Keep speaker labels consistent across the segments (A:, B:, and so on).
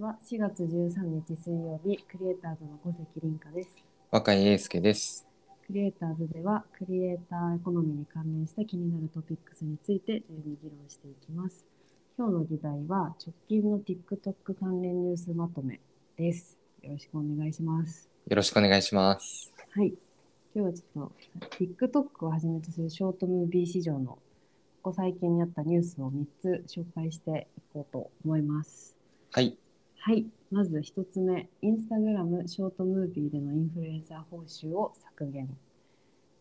A: は4月13日水曜日、クリエイターズの小関凛香です。
B: 若井英介です。
A: クリエイターズでは、クリエイターエコノミーに関連した気になるトピックスについて自由に議論していきます。今日の議題は、直近の TikTok 関連ニュースまとめです。よろしくお願いします。
B: よろしくお願いします。
A: はい。今日はちょっと TikTok をはじめとするショートムービー市場のここ最近にあったニュースを3つ紹介していこうと思います。
B: はい。
A: はい。まず1つ目、インスタグラムショートムービーでのインフルエンサー報酬を削減。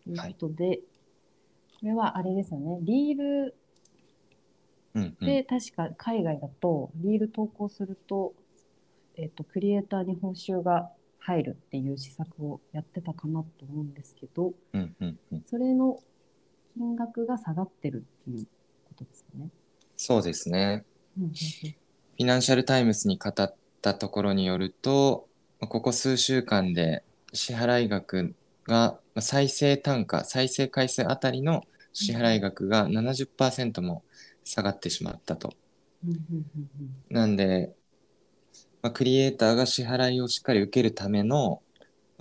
A: ということで、これはあれですよね、リール
B: うん、うん。
A: で確か海外だと、リール投稿すると、えっと、クリエイターに報酬が入るっていう施策をやってたかなと思うんですけど、
B: うん、うん、うん。
A: それの金額が下がってるっていうことですよね。
B: そうですね。
A: うん
B: フィナンシャルタイムズに語ったところによると、まあここ数週間で支払い額がまあ再生単価、再生回数あたりの支払い額が70%も下がってしまったと。
A: うんうん
B: なんで、まあ、クリエイターが支払いをしっかり受けるための、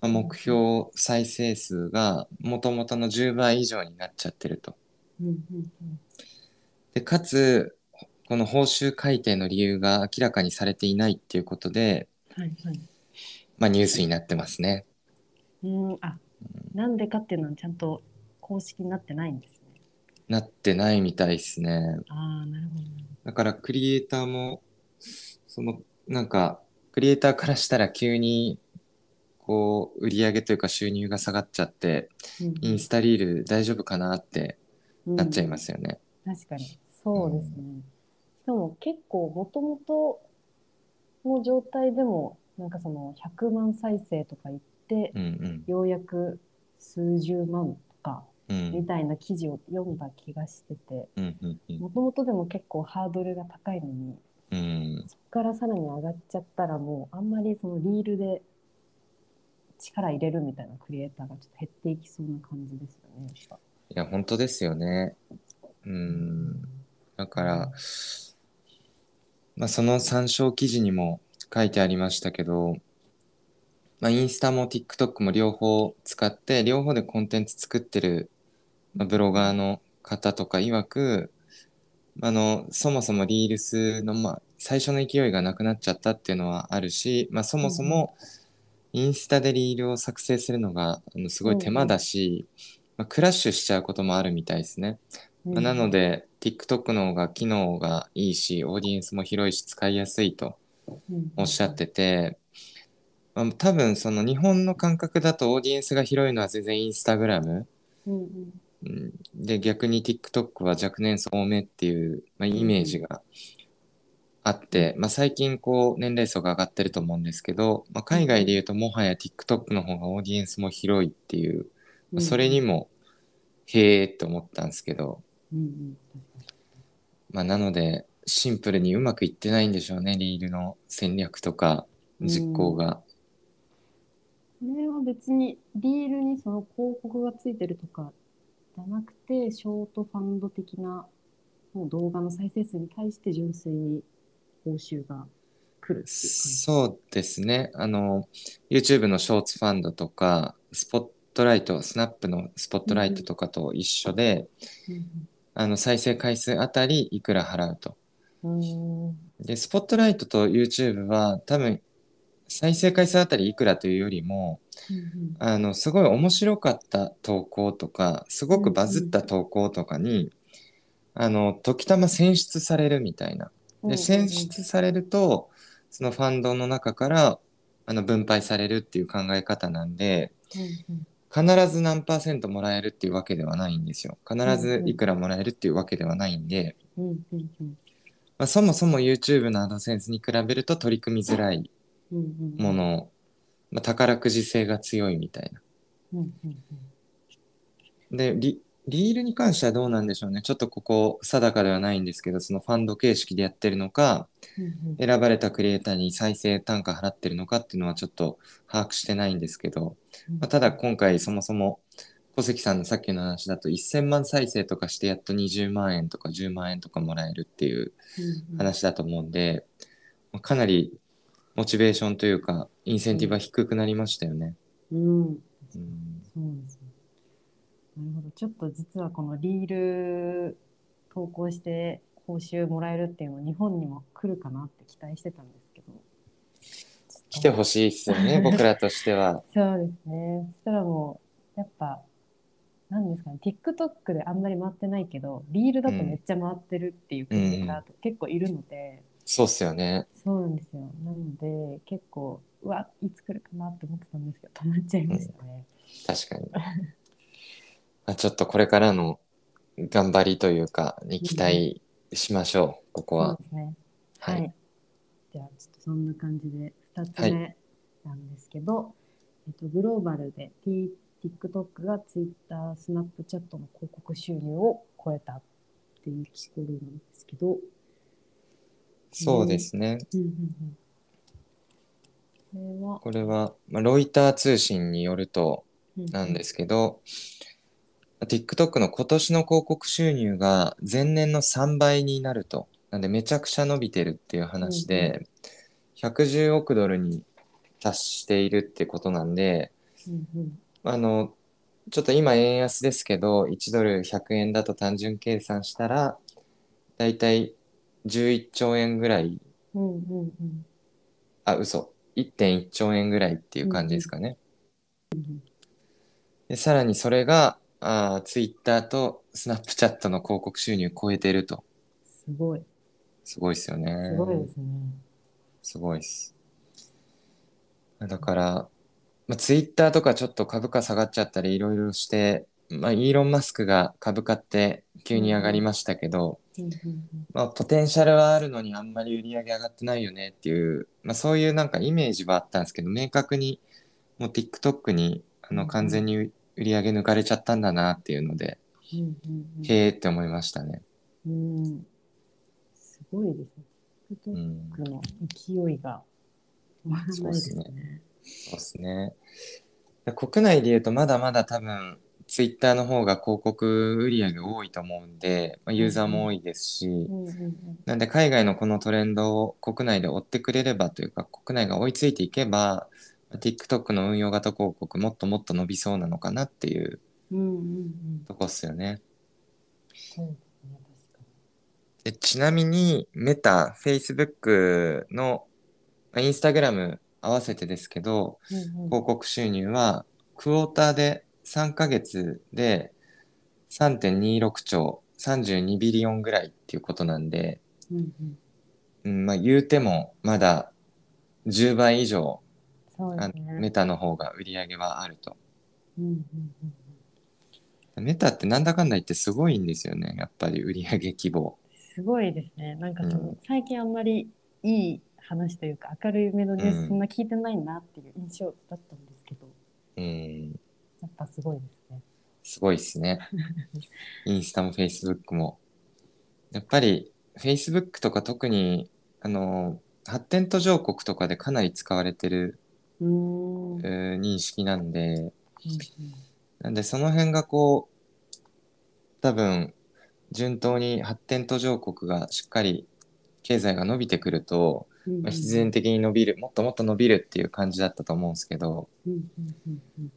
B: まあ目標再生数がもともとの10倍以上になっちゃってると。
A: うんうんうんうんうん
B: でかつこの報酬改定の理由が明らかにされていないっていうことで、
A: はいはい。
B: まあ、ニュースになってますね。
A: うん、あ、なんでかっていうのはちゃんと公式になってないんですね。
B: なってないみたいですね。
A: ああ、なるほど。。
B: だからクリエイターもそのなんかクリエイターからしたら急にこう売り上げというか収入が下がっちゃってインスタリール大丈夫かなってなっちゃいますすよね。
A: 確かに。そうですね。しかも結構もともとの状態でも、なんかその100万再生とか言って、
B: うん
A: ようやく数十万とか
B: うんうん
A: みたいな記事を読んだ気がしてて、
B: うんうんうん
A: もともとでも結構ハードルが高いのに、
B: うん
A: そこからさらに上がっちゃったらもうあんまりそのリールで力入れるみたいなクリエイターがちょっと減っていきそうな感じですよね。やっぱ
B: いや本当ですよね。うんだから、まあ、その参照記事にも書いてありましたけど、まあ、インスタも TikTok も両方使って両方でコンテンツ作ってる、まあ、ブロガーの方とか曰くあのそもそもリールスの、まあ、最初の勢いがなくなっちゃったっていうのはあるし、まあ、そもそもインスタでリールを作成するのがあのすごい手間だし、まあ、クラッシュしちゃうこともあるみたいですね。まあなの、で TikTok の方が機能がいいしオーディエンスも広いし使いやすいと
A: うん
B: おっしゃっ。てて、まあ、多分その日本の感覚だとオーディエンスが広いのは全然インスタグラム
A: うんうん
B: で逆に TikTok は若年層多めっていう、まあ、イメージがあって、まあ、最近こう年齢層が上がってると思うんですけど、まあ、海外でいうともはや TikTok の方がオーディエンスも広いっていう、まあそれに、もへえって思ったんですけど。
A: うんうん
B: まあ、なのでシンプルにうまくいってないんでしょうねリールの戦略とか実行が。
A: これは別にリールにその広告がついてるとかじゃなくて、ショートファンド的なもう動画の再生数に対して純粋に報酬が来るっていう感じ。
B: そうですねあの YouTube のショーツファンドとかスポットライトスナップのスポットライトとかと一緒で、あの再生回数あたりいくら払うと。
A: うんうんう
B: でスポットライトと YouTube は多分再生回数あたりいくらというよりも、
A: ーんうん
B: あのすごい面白かった投稿とかすごくバズった投稿とかに、あの時たま選出されるみたいな。
A: うん
B: で選出されるとそのファンドの中からあの分配されるっていう考え方なんで
A: うんうん
B: 必ず何パーセントもらえるっていうわけではないんですよ。必ずいくらもらえるっていうわけではないんで、
A: うんうんうん
B: まあ、そもそも YouTube のアドセンスに比べると取り組みづらい
A: うんうん
B: もの、まあ、宝くじ性が強いみたいな。
A: うんうん
B: でリリールに関してはどうなんでしょうねちょっとここ定かではないんですけどそのファンド形式でやってるのか
A: うんうん
B: 選ばれたクリエイターに再生単価払ってるのかっていうのはちょっと把握してないんですけど、まあ、ただ今回そもそも小関さんのさっきの話だと1000万再生とかしてやっと20万円とか10万円とかもらえるっていう話だと思うんで、まあかなりモチベーションというか、インセンティブは低くなりましたよね。
A: うん。
B: うん、
A: そうですね。なるほど。ちょっと実はこのリール投稿して報酬もらえるっていうのは日本にも来るかなって期待してたんですけど。
B: 来てほしいですよね、僕らとしては。
A: そうですね。そしたらもう、やっぱ、なんですかね、TikTok であんまり回ってないけど、リールだとめっちゃ回ってるっていう方が結構いるので、
B: そうっすよね。
A: そうなんですよ。なので、結構、うわ、いつ来るかなって思ってたんですけど、止まっちゃいましたね。
B: 確かに。まあ、ちょっとこれからの頑張りというか、に期待しましょう、ここ
A: そう
B: は。
A: ですね。
B: は。
A: はいい。じゃあ、ちょっとそんな感じで、2つ目なんですけど、えっと、グローバルで T- TikTok が Twitter、Snapchat の広告収入を超えたっていうところなんですけど、
B: そうですね。
A: うんうんうん。これは、
B: これは、まあ、ロイター通信によると
A: う。
B: なんですすけど、TikTok の今年の広告収入が前年の3倍になると。なんでめちゃくちゃ伸びてるっていう話で、110億ドルに達しているってことなんで、
A: うんうん
B: あの、ちょっと今円安ですけど、1ドル100円だと単純計算したら、だいたい11兆円ぐらい、
A: うんうんうん
B: あ、嘘、1.1兆円ぐらいっていう感じですかね。で、さらにそれが、あー、Twitter と Snapchat の広告収入を超えてると。
A: すごい。
B: すごいですよね
A: す。ごいですね。
B: すごいっす。だから、まあ、ツイッターとかちょっと株価下がっちゃったりいろいろして、まあ、イーロン・マスクが株価って急に上がりましたけど、
A: うんうんうん
B: まあ、ポテンシャルはあるのにあんまり売り上げ上がってないよねっていう、まあ、そういうなんかイメージはあったんですけど、明確にもう TikTok にあ
A: う
B: の
A: ん
B: 完全に売り上げ抜かれちゃったんだなっていうので、
A: うんうんうん
B: へーって思いましたね。
A: うんすごいですね。
B: う
A: TikTok
B: ん、
A: の勢いが止まらないです
B: そうっす
A: ね。
B: そうですね。国内で言うとまだまだ多分ツイッターの方が広告売り上げ多いと思うんで、まあ、ユーザーも多いですし、
A: うんうんうん
B: なんで海外のこのトレンドを国内で追ってくれればというか国内が追いついていけばまあ TikTok の運用型広告もっともっと伸びそうなのかなっていう
A: うんうんうん。
B: とこっすよね。
A: そうですね、確か
B: でちなみにメタ、Facebook のまあ Instagram 合わせてですけど、
A: に。うんうん
B: 広告収入はクォーターで3ヶ月で3.26兆32ビリオンぐらいっていうことなんで、
A: うんうん
B: うんまあ、言うてもまだ10倍以上
A: そうで
B: あ
A: す
B: のメ
A: ね。
B: タの方が売り上げはあると。
A: うんうんうん
B: メタってなんだかんだ言ってすごいんですよねやっぱり売り上げ規模。
A: すごいですね。なんかその、
B: うん
A: 最近あんまりいい話というか明るいメロディ
B: うん
A: ーそんな聞いてないなっていう印象だったんですけど、
B: うん
A: やっぱすごいですね。
B: すごいっすね。インスタもフェイスブックも。やっぱりフェイスブックとか特にあの発展途上国とかでかなり使われてる
A: うーん。うんうん
B: えー認識なんで、なんでその辺がこう、多分、順当に発展途上国がしっかり経済が伸びてくると、
A: うんうん
B: まあ必然的に伸びる、もっともっと伸びるっていう感じだったと思うんですけど、
A: うんうんうんうん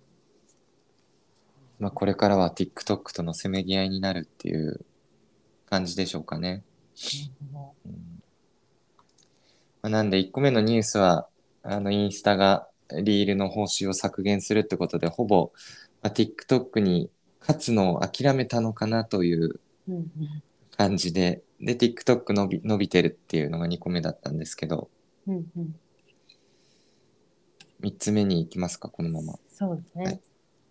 B: まあ、これからは TikTok とのせめぎ合いになるっていう感じでしょうかね。
A: なるほ
B: うんまあ、なんで1個目のニュースはあのインスタがリールの報酬を削減するってことでほぼ、まあ、TikTok に勝つのを諦めたのかなという
A: どうんうん
B: 感じでで TikTok 伸び伸びてるっていうのが2個目だったんですけど
A: うんうん
B: 3つ目に行きますかこの まま。
A: そうですね。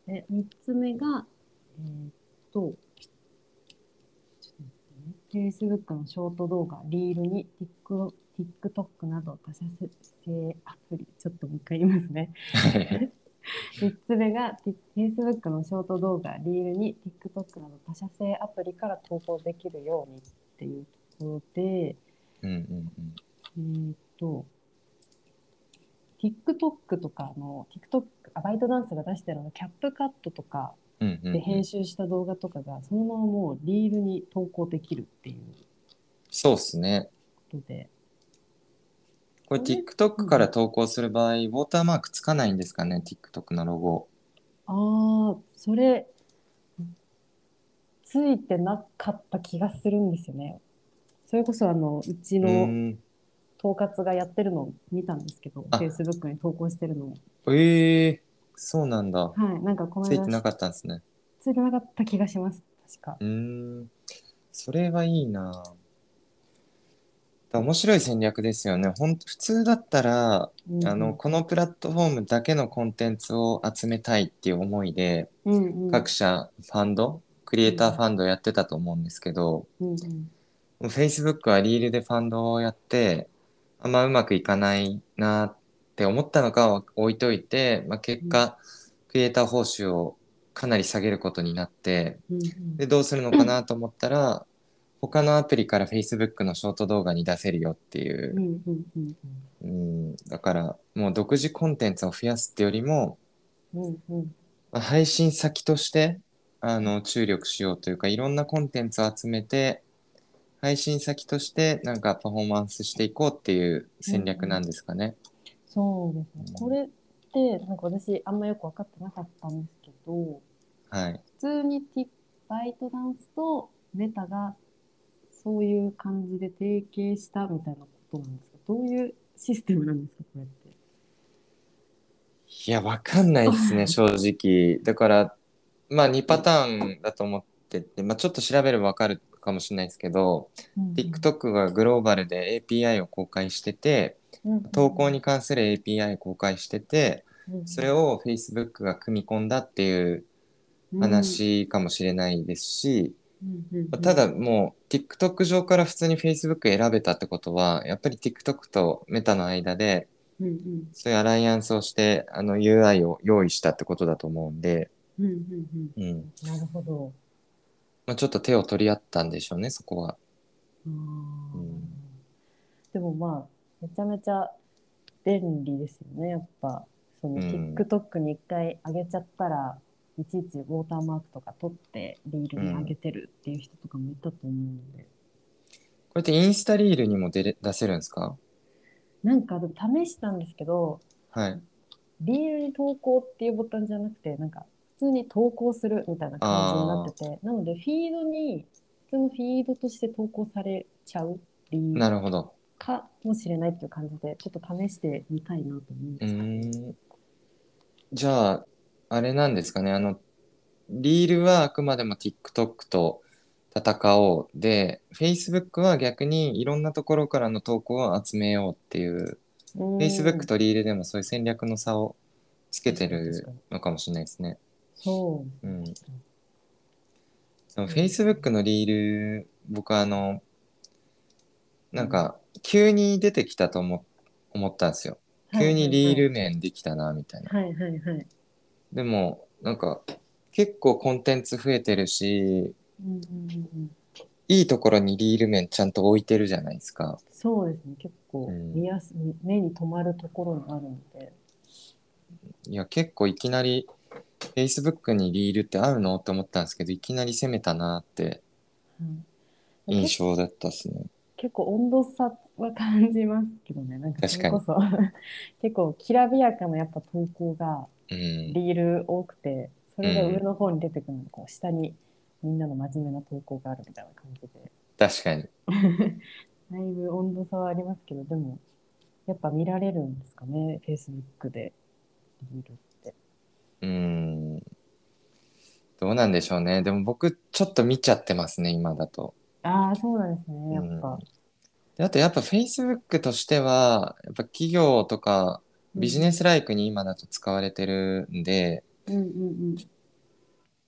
A: で、三つ目が、えーっと、ちょっと待ってね。Facebook のショート動画、リールに Tik- TikTok など他社製アプリ、ちょっともう一回言います ね。三つ目が Tik- Facebook のショート動画、リールに TikTok など他社製アプリから投稿できるようにっていうところで、
B: うんうんうん
A: えーっと、TikTok とかの、TikTok、あバイトダンスが出してるあの、キャップカットとか
B: うんうんう
A: で編
B: ん、
A: 集した動画とかが、そのままもうリールに投稿できるっていう
B: そうっすね。
A: ことで、
B: ここれ TikTok から投稿する場合、ウォーターマークつかないんですかね ?TikTok のロゴ。
A: ああ、それ、ついてなかった気がするんですよね。それこそ、あの、うち
B: うー
A: の
B: ん
A: 統括がやってるのを見たんですけど、
B: あ
A: Facebook に投稿してるのを。
B: ええそうなんだ。
A: はい、なんかこの
B: ついて
A: 間
B: な、かったんですね。
A: ついてなかった気がします。確か。
B: うーん。それはいいな面白い戦略ですよね。ほん普通だったら、
A: うん
B: あの、このプラットフォームだけのコンテンツを集めたいっていう思いで、
A: うんうん、
B: 各社ファンド、クリエイターファンドやってたと思うんですけど、
A: うんうん、
B: Facebook はリールでファンドをやって、あんまうまくいかないなって思ったのかは置いといて、まあ、結果、クリエイター報酬をかなり下げることになって、
A: うん
B: で、どうするのかなと思ったら、他のアプリから Facebook のショート動画に出せるよっていう
A: うん、うんうんうん
B: うん、だからもう独自コンテンツを増やすってよりも、
A: うんうん
B: まあ配信先としてあの注力しようというかいろんなコンテンツを集めて配信先としてなんかパフォーマンスしていこうっていう戦略なんですかね。
A: そうですね。これって、なんか私、あんまよく分かってなかったんですけど、
B: はい。
A: 普通にティバイトダンスとメタがそういう感じで提携したみたいなことなんですかどういうシステムなんですかこれって。
B: いやわかんないですね正直。だからまあ2パターンだと思ってて、まあ、ちょっと調べればわかるかもしれないですけど TikTok がグローバルで API を公開してて投稿に関する API を公開してて、それを Facebook が組み込んだっていう話かもしれないですし、まあただもう TikTok 上から普通に Facebook 選べたってことはやっぱり TikTok とメタの間でそういうアライアンスをしてあの UI を用意したってことだと思うんで、うん
A: なるほど。
B: まあ、ちょっと手を取り合ったんでしょうねそこは。
A: あー
B: うん
A: でもまあめちゃめちゃ便利ですよねやっぱその
B: うん
A: TikTok に一回上げちゃったら、いちいちウォーターマークとか取ってリールに上げてるっていう人とかもいたと思うので、
B: これってインスタリールにも出れ出せるんですか
A: なんかでも試したんですけど
B: はい。
A: リールに投稿っていうボタンじゃなくてなんか普通に投稿するみたいな感じになっててなのでフィードに普通のフィードとして投稿されちゃうリール
B: なるほど。
A: かもしれないっていう感じでちょっと試してみたいなと思うん
B: う
A: ですけど
B: ーんじゃあ、あれなんですかね、あの、リールはあくまでも TikTok と戦おうで、Facebook は逆にいろんなところからの投稿を集めようっていう、
A: うん
B: Facebook とリールでもそういう戦略の差をつけて
A: 確か
B: る
A: に
B: のかもしれないですね。
A: そう
B: うん。でも Facebook のリール、僕あの、なんか、急に出てきたと思思ったんですよ。急にリール面できたな、みたいな。
A: はいはいはい、
B: でもなんか結構コンテンツ増えてるし
A: うんうんうんうん、
B: いいところにリール面ちゃんと置いてるじゃないですか。
A: そうですね結構
B: うん
A: 見やす、目に留まるところにあるので
B: いや結構いきなり Facebook にリールって合うのって思ったんですけどいきなり攻めたなって
A: うん、
B: 印象だったっすね。
A: 結構温度差は感じますけどねなんか
B: 確
A: そ
B: か
A: れ
B: に
A: こそ 結構きらびやかなやっぱ投稿が
B: うん、
A: リール多くてそれが上の方に出てくるのにこう下にみんなの真面目な投稿があるみたいな感じで
B: 確かに。
A: だいぶ温度差はありますけど、でも、やっぱ見られるんですかね、Facebook で。見るって。
B: うんどうなんでしょうね。でも僕ちょっと見ちゃってますね今だと。
A: ああ、そうなんですね、やっ
B: うん
A: ぱ。
B: であとやっぱ Facebook としてはやっぱ企業とかビジネスライクに今だと使われてるんで、
A: うんうんうん。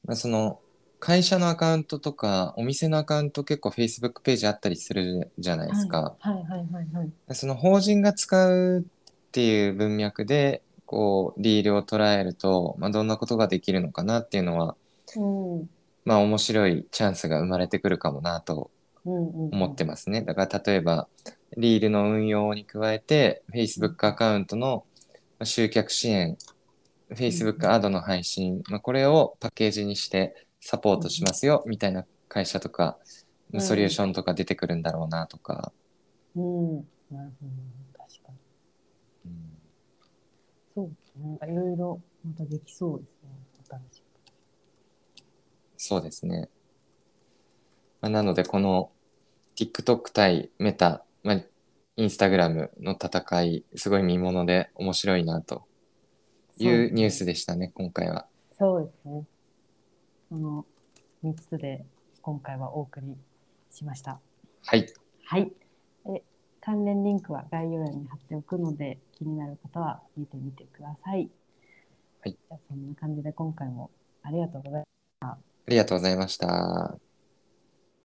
B: まあ、その会社のアカウントとかお店のアカウント結構 Facebook ページあったりするじゃないですか、
A: はいはいはいはい。
B: その法人が使うっていう文脈でこうリールを捉えると、まあ、どんなことができるのかなっていうのは
A: うん。うん
B: まあ面白いチャンスが生まれてくるかもなと
A: うん、うん。
B: 思ってますねだから例えばリールの運用に加えて Facebook アカウントのまあ集客支援 Facebook アドの配信、まあ、これをパッケージにしてサポートしますよみたいな会社とか
A: うん
B: ソリューションとか出てくるんだろうなとか、
A: うん。なるほど。確かに。なんかいろいろまたできそうですね。新しい
B: そうですね。まあ、なので、この TikTok 対メタ、まあ、インスタグラムの戦い、すごい見もので面白いなというニュースでしたね、今回は。
A: そうですね。その3つで今回はお送りしました。
B: はい。
A: はい。え関連リンクは概要欄に貼っておくので、気になる方は見てみてください。
B: はい
A: じゃあそんな感じで今回もありがとうございます。
B: ありがとうございました。